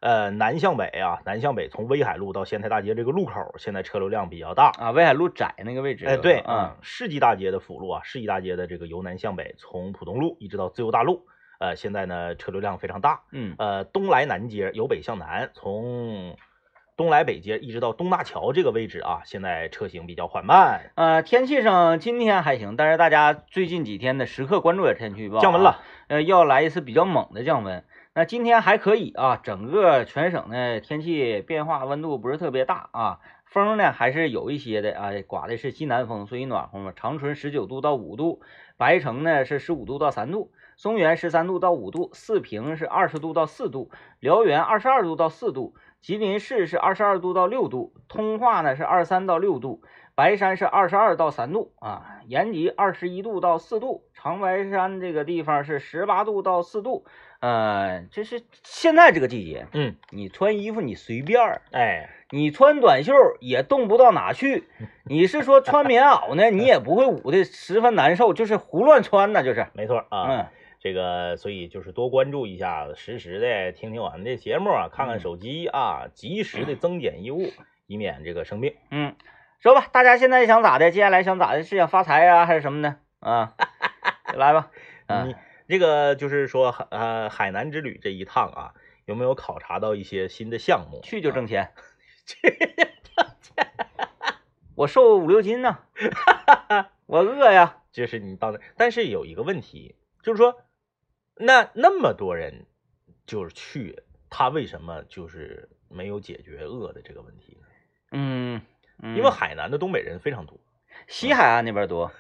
Speaker 2: 呃，南向北啊，南向北从威海路到仙台大街这个路口，现在车流量比较大。
Speaker 1: 啊，威海路窄那个位置。
Speaker 2: 哎，对，
Speaker 1: 啊，
Speaker 2: 嗯，世纪大街的辅路啊，世纪大街的这个由南向北，从浦东路一直到自由大路，呃，现在呢车流量非常大。
Speaker 1: 嗯
Speaker 2: 呃，东来南街由北向南，从东来北街一直到东大桥这个位置啊，现在车行比较缓慢，
Speaker 1: 呃，天气上今天还行，但是大家最近几天的时刻关注点天气预报、
Speaker 2: 降温了。。
Speaker 1: 呃，要来一次比较猛的降温。那今天还可以啊，整个全省的天气变化，温度不是特别大啊。风呢还是有一些的啊，刮的是西南风，所以暖和嘛。长春十九度到五度，白城呢是十五度到三度，松原十三度到五度，四平是二十度到四度，辽源二十二度到四度，吉林市是二十二度到六度，通化呢是二三到六度，白山是二十二到三度啊，延吉二十一度到四度，长白山这个地方是十八度到四度。呃，就是现在这个季节，
Speaker 2: 嗯，
Speaker 1: 你穿衣服你随便儿，
Speaker 2: 哎，
Speaker 1: 你穿短袖儿也冻不到哪去。 你是说穿棉袄呢，你也不会捂的十分难受，就是胡乱穿呐，就是。
Speaker 2: 没错啊。
Speaker 1: 嗯，
Speaker 2: 这个，所以就是多关注一下，实时的听听我们的节目啊，看看手机啊，及时的增减衣物，以免这个生病。
Speaker 1: 嗯，说吧，大家现在想咋的？接下来想咋的？是想发财啊，还是什么呢？ 啊，来吧，嗯
Speaker 2: 你这个就是说，呃，海南之旅这一趟啊，有没有考察到一些新的项目？
Speaker 1: 去就挣钱， 去我瘦五六斤 呢，我饿呀，
Speaker 2: 就是你到那，但是有一个问题，就是说，那那么多人就是去，他为什么就是没有解决饿的这个问题呢？
Speaker 1: 嗯，嗯
Speaker 2: 因为海南的东北人非常多。
Speaker 1: 西海岸那边多，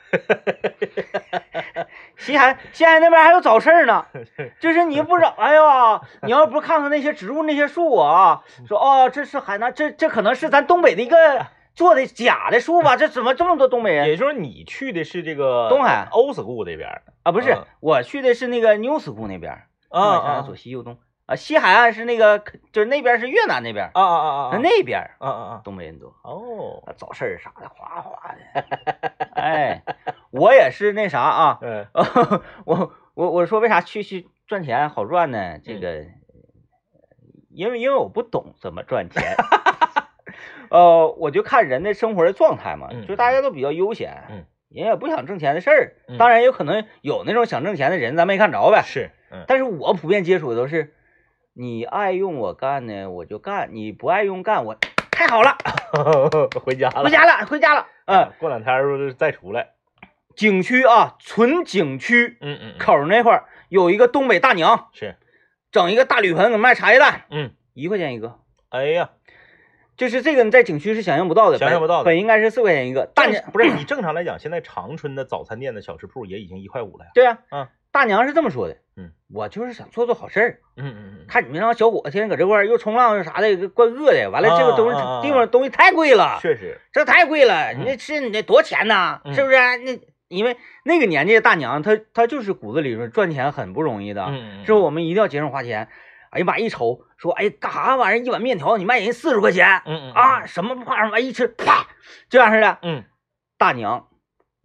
Speaker 1: 西海西海那边还有早市 呢，就是你不知道，哎呀，你要不看看那些植物那些树啊，说哦，这是海南，这这可能是咱东北的一个做的假的树吧？这怎么这么多东北人
Speaker 2: 也就是说，你去的是这个
Speaker 1: 东海
Speaker 2: old school 这边儿
Speaker 1: 啊？不是
Speaker 2: 嗯，
Speaker 1: 我去的是那个 New School 那边，
Speaker 2: 啊
Speaker 1: 东海
Speaker 2: 啊
Speaker 1: 山左西右东啊，西海岸是那个，就是那边是越南那边，
Speaker 2: 啊啊啊啊啊，
Speaker 1: 那边
Speaker 2: 啊啊啊，
Speaker 1: 东北人多，
Speaker 2: 哦，
Speaker 1: 啊找事儿啥的，哗哗的。 哎，我也是那啥啊，
Speaker 2: 嗯
Speaker 1: 我我我说为啥去去赚钱好赚呢？
Speaker 2: 嗯
Speaker 1: 这个，因为因为我不懂怎么赚钱。 呃，我就看人的生活的状态嘛，
Speaker 2: 嗯
Speaker 1: 就大家都比较悠闲，
Speaker 2: 嗯
Speaker 1: 人也不想挣钱的事儿。
Speaker 2: 嗯
Speaker 1: 当然，有可能有那种想挣钱的人，咱没看着呗。
Speaker 2: 是， 嗯
Speaker 1: 但是我普遍接触的都是，你爱用我干呢，我就干；你不爱用干，我太好了，
Speaker 2: 回家了，
Speaker 1: 回家了，回家了。嗯，，
Speaker 2: 过两天儿就是再出来，
Speaker 1: 景区啊，纯景区
Speaker 2: 嗯嗯
Speaker 1: 口那块儿有一个东北大娘，
Speaker 2: 是，
Speaker 1: 整一个大铝盆，给卖茶叶蛋，
Speaker 2: 嗯，
Speaker 1: 一块钱一个。
Speaker 2: 哎呀，
Speaker 1: 就是这个你在景区是想象不到的，
Speaker 2: 想象
Speaker 1: 本
Speaker 2: 不到的
Speaker 1: 本应该是四块钱一个，大
Speaker 2: 但
Speaker 1: 娘
Speaker 2: 不是你正常来讲，现在长春的早餐店的小吃铺也已经一块五了呀，
Speaker 1: 对啊，
Speaker 2: 嗯，
Speaker 1: 大娘是这么说的，
Speaker 2: 嗯，
Speaker 1: 我就是想做做好事儿，
Speaker 2: 嗯嗯
Speaker 1: 看你们那帮小伙子天天搁这块儿又冲浪又啥的，怪饿的，完了这个东西
Speaker 2: 啊啊啊啊
Speaker 1: 地方东西太贵了，
Speaker 2: 确实，
Speaker 1: 这太贵了，
Speaker 2: 嗯
Speaker 1: 你吃你得多少钱呐？
Speaker 2: 嗯
Speaker 1: 是不是？那因为那个年纪的大娘，她她就是骨子里说赚钱很不容易的，
Speaker 2: 嗯
Speaker 1: 是我们一定要节省花钱。哎呀妈，一瞅说，哎，干啥玩意儿？一碗面条你卖人四十块钱
Speaker 2: 嗯嗯
Speaker 1: 啊？，什么玩意儿？一吃啪，这样似的。
Speaker 2: 嗯，
Speaker 1: 大娘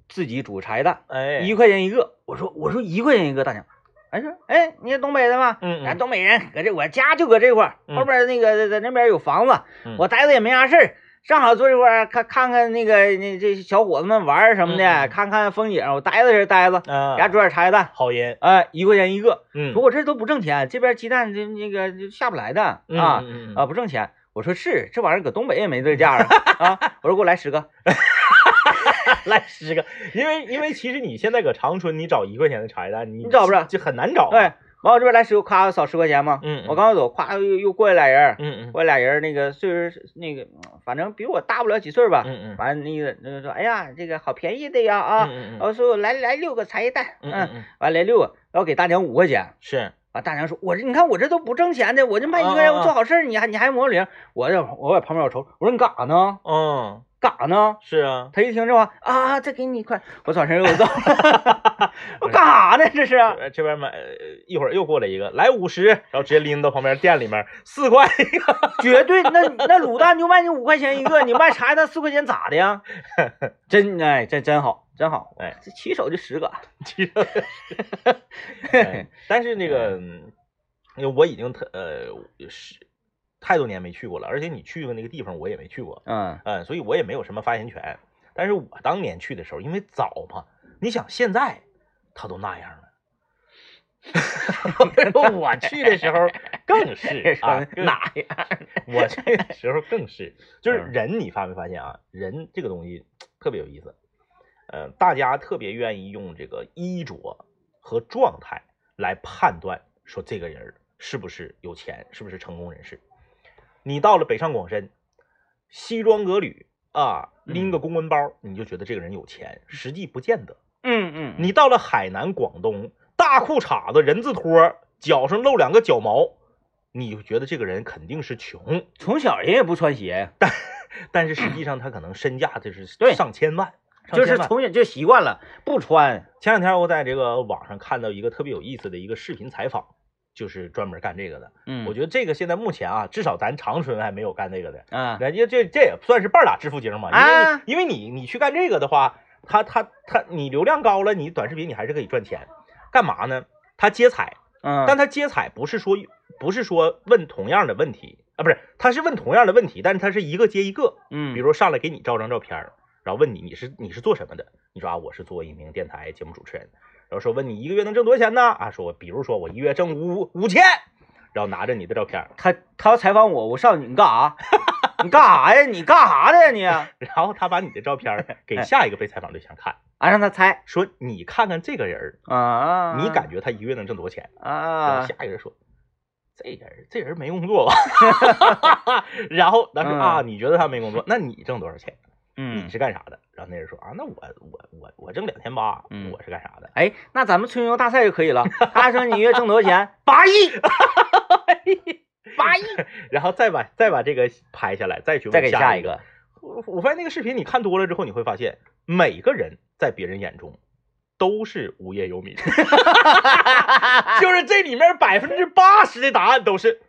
Speaker 1: 自己煮茶叶蛋，
Speaker 2: 哎，
Speaker 1: 一块钱一个。我说我说一块钱一个，大娘。哎说，哎，你是东北的吗？
Speaker 2: 嗯
Speaker 1: 俺东北人搁这，我家就搁这块儿，
Speaker 2: 嗯
Speaker 1: 后边那个在那边有房子，
Speaker 2: 嗯
Speaker 1: 我待着也没啥事儿，正好坐这块儿看看看那个那这小伙子们玩儿什么的，
Speaker 2: 嗯嗯
Speaker 1: 看看风景，我待着这待着，
Speaker 2: 啊，
Speaker 1: 家煮点茶叶蛋，
Speaker 2: 好人，
Speaker 1: 哎、一块钱一个，
Speaker 2: 嗯
Speaker 1: 说我这都不挣钱，这边鸡蛋这那个就下不来的啊、
Speaker 2: 嗯嗯嗯
Speaker 1: 啊不挣钱，我说是这玩意儿搁东北也没这价啊 啊，我说给我来十个，
Speaker 2: 来十个，因为因为其实你现在搁长春，你找一块钱的茶叶蛋，你
Speaker 1: 你找不着
Speaker 2: 就很难找。
Speaker 1: 对，，哎完我这边来十个，夸少十块钱嘛，
Speaker 2: 啊嗯，
Speaker 1: 我刚要走，夸又又过来俩人，
Speaker 2: 嗯，嗯嗯
Speaker 1: 过来俩人那个岁数那个嗯反正比我大不了几岁吧，
Speaker 2: 嗯嗯
Speaker 1: 完了那个那个说，哎呀，这个好便宜的呀啊，
Speaker 2: 嗯嗯嗯
Speaker 1: 我说我来来六个茶叶蛋，
Speaker 2: 嗯
Speaker 1: 嗯，
Speaker 2: 嗯，
Speaker 1: 完来六个，然后给大娘五块钱，
Speaker 2: 是，
Speaker 1: 啊，大娘说，我这你看我这都不挣钱的，我这卖一块
Speaker 2: 啊啊
Speaker 1: 钱
Speaker 2: 啊
Speaker 1: 我做好事儿，你还你还抹零，我这我在旁边我瞅，我说你干啥呢？
Speaker 2: 嗯，
Speaker 1: 干啥呢？
Speaker 2: 是啊，
Speaker 1: 他一听这话啊，再给你一块，我转身又 走，我干啥呢？这是
Speaker 2: 这边这边买，呃一会儿又过来一个，来五十，然后直接拎到旁边店里面，四块，
Speaker 1: 绝对那那卤蛋就卖你五块钱一个，你卖茶叶蛋四块钱咋的 呀？真哎，这真好，真好，
Speaker 2: 哎，
Speaker 1: 这起手就十 个，啊
Speaker 2: 其实哎 但是那个，嗯因为我已经特呃是太多年没去过了，而且你去过那个地方我也没去过，
Speaker 1: 嗯
Speaker 2: 嗯，所以我也没有什么发言权。但是我当年去的时候，因为早嘛，你想现在他都那样了。 我跟你说，我去的时候 更是啊，更
Speaker 1: 哪呀？
Speaker 2: 我去的时候更是，就是
Speaker 1: 嗯
Speaker 2: 人，你发没发现啊？人这个东西特别有意思，呃，大家特别愿意用这个衣着和状态来判断说这个人儿是不是有钱，是不是成功人士。你到了北上广深，西装革履啊，拎个公文包，你就觉得这个人有钱，实际不见得。
Speaker 1: 嗯嗯，
Speaker 2: 你到了海南、广东，大裤衩子、人字拖，脚上露两个脚毛，你就觉得这个人肯定是穷。
Speaker 1: 从小人也不穿鞋，
Speaker 2: 但是实际上他可能身价就是
Speaker 1: 嗯对
Speaker 2: 上千万，上
Speaker 1: 就是
Speaker 2: 千万
Speaker 1: 从小就习惯了不穿。
Speaker 2: 前两天我在这个网上看到一个特别有意思的一个视频采访，就是专门干这个的。
Speaker 1: 嗯，
Speaker 2: 我
Speaker 1: 觉
Speaker 2: 觉得这个现在目前啊，至少咱长春还没有干这个的，
Speaker 1: 得啊，
Speaker 2: 人家这这也算是半拉致富经嘛，
Speaker 1: 啊
Speaker 2: 因为你因为你你去干这个的话，他他他你流量高了，你短视频你还是可以赚钱，干嘛呢？他接彩，
Speaker 1: 嗯，
Speaker 2: 但他接彩不是说不是说问同样的问题啊，不是，他是问同样的问题，但是他是一个接一个，
Speaker 1: 嗯，
Speaker 2: 比如上来给你照张照片儿，然后问你你是你是做什么的？你说啊，我是做一名电台节目主持人。然后说问你一个月能挣多少钱呢？啊，说我比如说我一月挣五五千，然后拿着你的照片儿，
Speaker 1: 他他要采访我，我上你你干啥？ 你干啥呀？你干啥的 呀你？啊
Speaker 2: 然后他把你的照片 儿给下一个被采访对象看，
Speaker 1: 啊，让他猜
Speaker 2: 说你看看这个人
Speaker 1: 啊
Speaker 2: 儿，，你感觉他一个月能挣多少钱？然后
Speaker 1: 啊
Speaker 2: 下一个人说。这人儿这人儿没工作吧？ 然后他说啊，你觉得他没工作，那你挣多少钱？你
Speaker 1: 嗯，
Speaker 2: 是干啥的？然后那人说啊，那我我我我挣两千八
Speaker 1: 嗯，
Speaker 2: 我是干啥的？
Speaker 1: 哎，那咱们吹牛大赛就可以了。他说你月挣多少钱？八亿，八亿，
Speaker 2: 然后再把再把这个拍下来，再去问
Speaker 1: 再给
Speaker 2: 下
Speaker 1: 下一个。
Speaker 2: 我我发现那个视频你看多了之后，你会发现每个人在别人眼中都是无业 游民，就是这里面百分之八十的答案都是，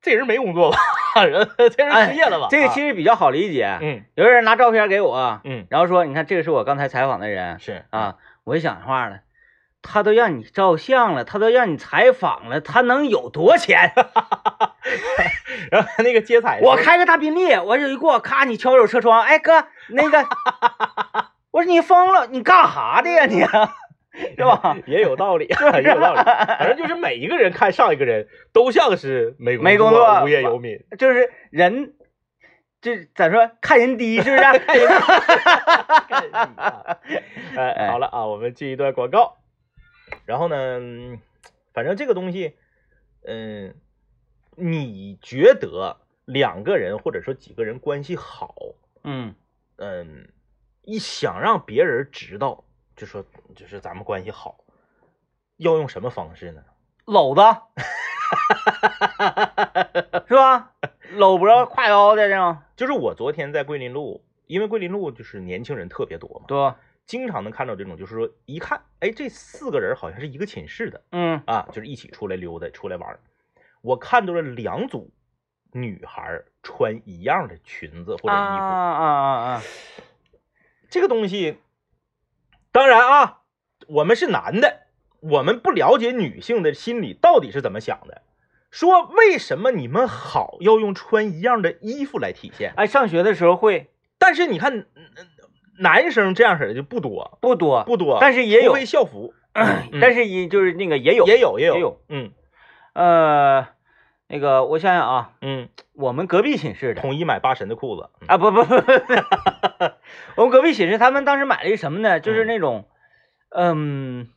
Speaker 2: 这人没工作吧？人这人失业了吧？
Speaker 1: 哎这个
Speaker 2: 啊
Speaker 1: 其实比较好理解。
Speaker 2: 嗯
Speaker 1: 有人拿照片给我，
Speaker 2: 嗯
Speaker 1: 然后说：“你看，这个是我刚才采访的人
Speaker 2: 是
Speaker 1: 啊。”我就想话了，他都让你照相了，他都让你采访了，他能有多钱？
Speaker 2: 然后那个接彩的
Speaker 1: 我开个大宾利，我有一过，咔，你敲我车窗，哎哥，那个，我说你疯了，你干哈的呀你？ 是吧？
Speaker 2: 也有道 理，也有道理。反正就是每一个人看上一个人都像是没
Speaker 1: 没工作
Speaker 2: 无业游民。
Speaker 1: 就是人，这咋说？看人低是不是？
Speaker 2: 哎，好了啊，我们进一段广告。然后呢，嗯反正这个东西，嗯，你觉得两个人或者说几个人关系好，
Speaker 1: 嗯
Speaker 2: 嗯，一想让别人知道，就说就是咱们关系好，要用什么方式呢？
Speaker 1: 搂子， 是吧？搂脖挎腰的这种，
Speaker 2: 就是我昨天在桂林路，因为桂林路就是年轻人特别多嘛，
Speaker 1: 对，
Speaker 2: 经常能看到这种，就是说一看，哎，这四个人好像是一个寝室的
Speaker 1: 嗯
Speaker 2: 啊，就是一起出来溜达、出来玩儿。我看到了两组女孩儿穿一样的裙子或者衣服，
Speaker 1: 啊啊啊啊！
Speaker 2: 这个东西，当然啊，我们是男的，我们不了解女性的心理到底是怎么想的。说为什么你们好要用穿一样的衣服来体现？
Speaker 1: 哎，上学的时候会
Speaker 2: 但是你看，嗯嗯男生这样式儿的就不多，
Speaker 1: 不多，
Speaker 2: 不多，
Speaker 1: 但是也有
Speaker 2: 除非校服，嗯
Speaker 1: 但是也就是那个也有
Speaker 2: 也有也
Speaker 1: 也
Speaker 2: 有
Speaker 1: 有，
Speaker 2: 嗯
Speaker 1: 呃，那个我想想啊，
Speaker 2: 嗯，
Speaker 1: 我们隔壁寝室的
Speaker 2: 统一买八神的裤子，嗯
Speaker 1: 啊，不不不， 不我们隔壁寝室他们当时买了一个什么呢？就是
Speaker 2: 嗯
Speaker 1: 那种，嗯。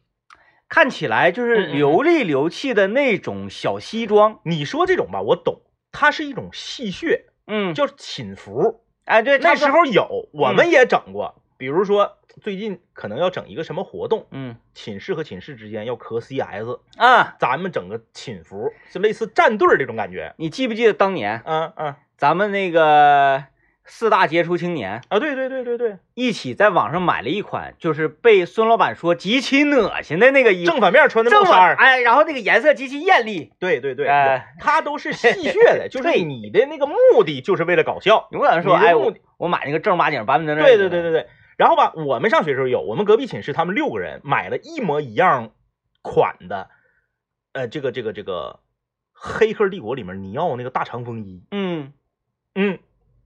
Speaker 1: 看起来就是
Speaker 2: 嗯嗯嗯
Speaker 1: 流里流气的那种小西装，
Speaker 2: 你说这种吧，我懂，它是一种戏谑，
Speaker 1: 嗯，
Speaker 2: 叫寝服，
Speaker 1: 哎对，
Speaker 2: 那
Speaker 1: 差不多
Speaker 2: 时，候有，我
Speaker 1: 嗯
Speaker 2: 们也整过，比如说最近可能要整一个什么活动，
Speaker 1: 嗯
Speaker 2: 寝室和寝室之间要磕 CS，
Speaker 1: 啊，
Speaker 2: 咱们整个寝服，就类似战队儿这种感觉，
Speaker 1: 你记不记得当年
Speaker 2: 嗯嗯
Speaker 1: 咱们那个四大杰出青年
Speaker 2: 啊，对对对对对，
Speaker 1: 一起在网上买了一款，就是被孙老板说极其恶心的那个衣服，
Speaker 2: 正反面穿的
Speaker 1: 正
Speaker 2: 帽衫
Speaker 1: 反
Speaker 2: 儿，
Speaker 1: 哎，然后那个颜色极其艳丽，
Speaker 2: 对对对，
Speaker 1: 哎
Speaker 2: 我它都是戏谑 的，就是你的那个目的就是为了搞笑，
Speaker 1: 有可能说，
Speaker 2: 你的
Speaker 1: 哎，
Speaker 2: 目
Speaker 1: 我
Speaker 2: 的
Speaker 1: 我买那个正儿八经版本的，
Speaker 2: 对对对对，对。然后吧，我们上学时候有，我们隔壁寝室他们六个人买了一模一样款的，呃，这个这个这个《黑客帝国》里面尼奥那个大长风衣，
Speaker 1: 嗯，
Speaker 2: 嗯，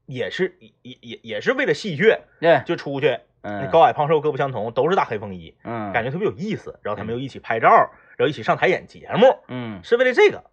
Speaker 2: 也是也也也是为了戏谑，
Speaker 1: 对，
Speaker 2: 就出去，那
Speaker 1: 嗯，
Speaker 2: 高矮胖瘦各不相同，都是大黑风衣，
Speaker 1: 嗯，
Speaker 2: 感
Speaker 1: 觉，
Speaker 2: 觉特别有意思。然后他们又一起拍照，然后一起上台演节目，
Speaker 1: 嗯，
Speaker 2: 是为了这个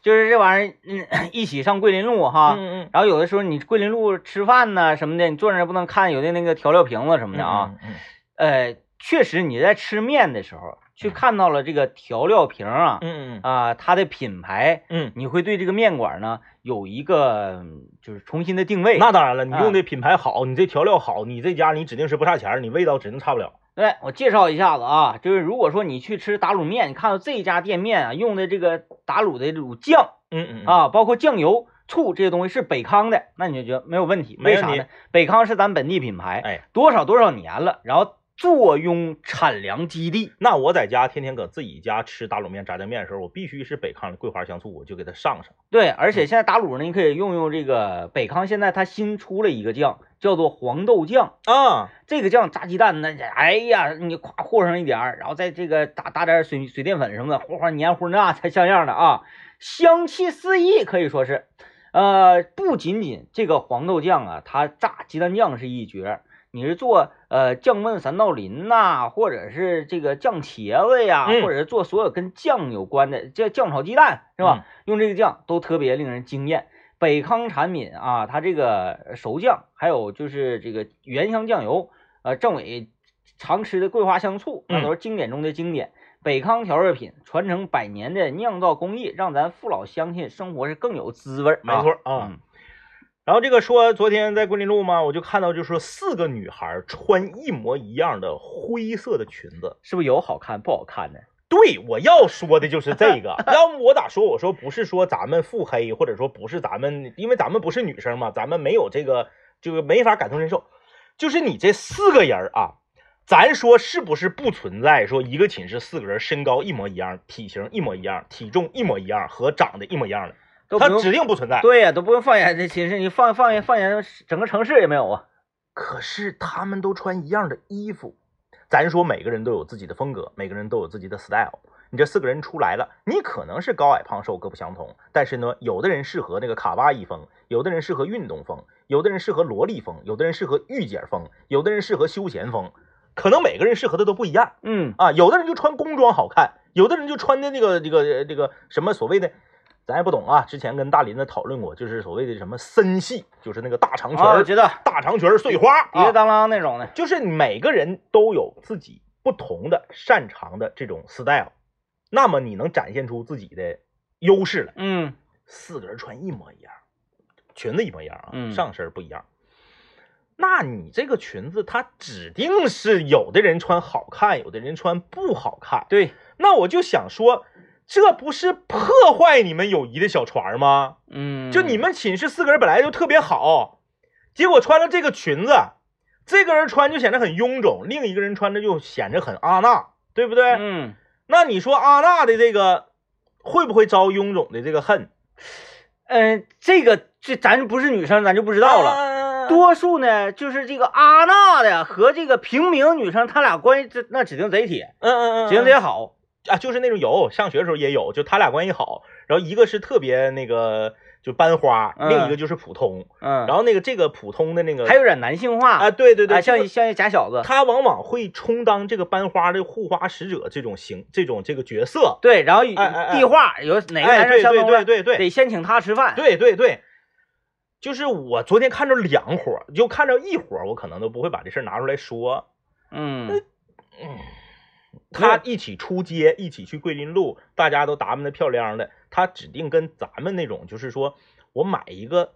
Speaker 1: 就是这玩意儿，嗯，一起上桂林路哈，
Speaker 2: 嗯
Speaker 1: 然后有的时候你桂林路吃饭呐什么的，你坐那儿不能看有的那个调料瓶子什么
Speaker 2: 嗯
Speaker 1: 的啊，，
Speaker 2: 嗯嗯
Speaker 1: 呃，确实你在吃面的时候去看到了这个调料瓶啊，
Speaker 2: 嗯嗯嗯
Speaker 1: 啊、它的品牌，
Speaker 2: 嗯
Speaker 1: 你会对这个面馆呢有一个嗯就是重新的定位。
Speaker 2: 嗯，那当然了，你
Speaker 1: 啊
Speaker 2: 用的品牌好，你这调料好，你这家你指定是不差钱儿，你味道指定差不了。
Speaker 1: 对我介绍一下子啊，就是如果说你去吃打卤面，你看到这家店面啊用的这个打卤的卤酱
Speaker 2: 嗯嗯啊，
Speaker 1: 啊，包括酱油、醋这些东西是北康的，那你就觉得没有问题。
Speaker 2: 没
Speaker 1: 为
Speaker 2: 问
Speaker 1: 啥
Speaker 2: 题
Speaker 1: 呢？北康是咱本地品牌，
Speaker 2: 哎，
Speaker 1: 多少多少年了，然后坐拥产粮基地。
Speaker 2: 那我在家天天搁自己家吃打卤面、炸酱面的时候，我必须是北康的桂花香醋，我就给它上上。
Speaker 1: 对，而且现在打卤呢，你可以用用这个北康，现在它新出了一个酱，叫做黄豆酱。
Speaker 2: 啊，
Speaker 1: 这个酱炸鸡蛋呢，哎呀，你夸和上一点儿，然后再这个打打点水水淀粉什么的，哗哗黏糊那才像样的啊，香气四溢，可以说是。呃，不仅仅这个黄豆酱啊，它炸鸡蛋酱是一绝，你是做呃酱焖三道林呐、或者是这个酱茄子呀，
Speaker 2: 嗯
Speaker 1: 或者是做所有跟酱有关的，这酱炒鸡蛋是吧？
Speaker 2: 嗯
Speaker 1: 用这个酱都特别令人惊艳。北康产品啊，它这个熟酱，还有就是这个原香酱油，呃，政委常吃的桂花香醋，那都是经典中的经典。北康调味品传承百年的酿造工艺，让咱父老乡亲生活是更有滋味儿。
Speaker 2: 没错儿
Speaker 1: 啊，
Speaker 2: 啊。
Speaker 1: 嗯
Speaker 2: 然后这个说昨天在桂林路嘛，我就看到就说四个女孩穿一模一样的灰色的裙子。
Speaker 1: 是不是有好看不好看的？
Speaker 2: 对，我要说的就是这个。要么我咋说？我说不是说咱们腹黑，或者说不是咱们，因为咱们不是女生嘛，咱们没有这个，就是没法感同身受。就是你这四个人啊，咱说是不是不存在说一个寝室四个人身高一模一样、体型一模一样、体重一模一样和长得一模一样的，
Speaker 1: 都不
Speaker 2: 它
Speaker 1: 用
Speaker 2: 指定不存在。
Speaker 1: 对呀、都不用放眼这寝室，你放放眼放眼整个城市也没有啊。
Speaker 2: 可是他们都穿一样的衣服，咱说每个人都有自己的风格，每个人都有自己的 style。你这四个人出来了，你可能是高矮胖瘦各不相同，但是呢，有的人适合那个卡哇伊风，有的人适合运动风，有的人适合萝莉风，有的人适合御姐风，有的人适合休闲风，可能每个人适合的都不一样
Speaker 1: 嗯，
Speaker 2: 啊。有的人就穿工装好看，有的人就穿的那个这个这个什么所谓的，咱也不懂啊。之前跟大林子讨论过，就是所谓的什么森系，就是那个大长裙
Speaker 1: 啊，
Speaker 2: 儿
Speaker 1: 我觉得
Speaker 2: 大长裙儿碎花
Speaker 1: 滴
Speaker 2: 啊
Speaker 1: 个，当啷那种的，
Speaker 2: 就是每个人都有自己不同的擅长的这种 style，那么你能展现出自己的优势来。
Speaker 1: 嗯，
Speaker 2: 四个人穿一模一样，裙子一模一样啊，
Speaker 1: 嗯
Speaker 2: 上身不一样。那你这个裙子，它指定是有的人穿好看，有的人穿不好看。
Speaker 1: 对，
Speaker 2: 那我就想说，这不是破坏你们友谊的小船儿吗？
Speaker 1: 嗯，
Speaker 2: 就你们寝室四个人本来就特别好，结果穿了这个裙子，这个人穿就显得很臃肿，另一个人穿着就显得很阿娜，对不对？
Speaker 1: 嗯，
Speaker 2: 那你说阿娜的这个会不会招臃肿的这个恨？
Speaker 1: 嗯、这个这咱不是女生，咱就不知道了。
Speaker 2: 了
Speaker 1: 多数呢，就是这个阿娜的和这个平民女生，她俩关系这那指定贼铁，
Speaker 2: 嗯嗯嗯，
Speaker 1: 指定贼好。
Speaker 2: 啊，就是那种有，上学的时候也有，就他俩关系好，然后一个是特别那个就班花，
Speaker 1: 嗯
Speaker 2: 另一个就是普通，
Speaker 1: 嗯，
Speaker 2: 然后那个这个普通的那个
Speaker 1: 还有点男性化，
Speaker 2: 啊，对对对，
Speaker 1: 啊像
Speaker 2: 这
Speaker 1: 一
Speaker 2: 个
Speaker 1: 像一假小子。
Speaker 2: 他往往会充当这个班花的护花使者这种形这种这个角色。
Speaker 1: 对，然后
Speaker 2: 哎哎哎
Speaker 1: 递话有哪个
Speaker 2: 哎
Speaker 1: 男生相
Speaker 2: 对
Speaker 1: 中
Speaker 2: 对
Speaker 1: 了，
Speaker 2: 对对对
Speaker 1: 得先请他吃饭。
Speaker 2: 对对对，就是我昨天看着两伙儿，就看着一伙儿，我可能都不会把这事儿拿出来说。哎
Speaker 1: 嗯，
Speaker 2: 他一起出街，一起去桂林路，大家都打扮的漂亮的，他指定跟咱们那种，就是说我买一个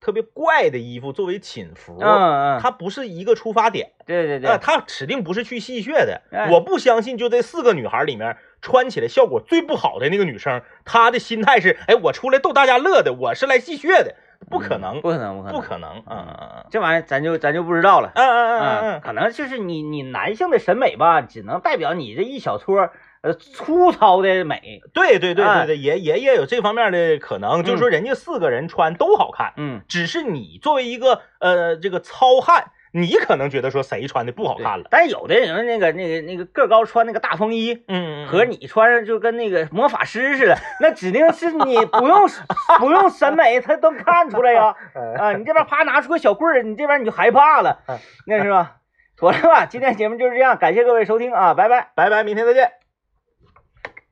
Speaker 2: 特别怪的衣服作为寝服，
Speaker 1: 嗯嗯，
Speaker 2: 他不是一个出发点。
Speaker 1: 对对
Speaker 2: 啊，
Speaker 1: 对，
Speaker 2: 他指定不是去戏谑的。
Speaker 1: 哎
Speaker 2: 我不相信，就这四个女孩里面，穿起来效果最不好的那个女生，她的心态是：哎，我出来逗大家乐的，我是来戏谑的，不可能，
Speaker 1: 嗯不可能，不可
Speaker 2: 不
Speaker 1: 能，
Speaker 2: 可能，嗯嗯
Speaker 1: 这玩意儿咱就咱就不知道了。
Speaker 2: 嗯嗯
Speaker 1: 嗯，
Speaker 2: 嗯嗯
Speaker 1: 可能就是你你男性的审美吧，只能代表你这一小撮儿呃粗糙的美。
Speaker 2: 嗯，对对对
Speaker 1: 哎
Speaker 2: 对对，爷爷也有这方面的可能，就是说人家四个人穿都好看，
Speaker 1: 嗯，
Speaker 2: 只是你作为一个呃这个糙汉，你可能觉得说谁穿的不好
Speaker 1: 对
Speaker 2: 看了，
Speaker 1: 但是有的人那个那个那个个高穿那个大风衣，
Speaker 2: 嗯，嗯嗯
Speaker 1: 和你穿上就跟那个魔法师似的，那指定是你不 用不用审美，他都看出来呀。
Speaker 2: 嗯
Speaker 1: 啊，你这边啪拿出个小棍儿，你这边你就害怕了，那是吧？妥了吧？今天节目就是这样，感谢各位收听啊，拜拜。
Speaker 2: 拜拜，明天再见。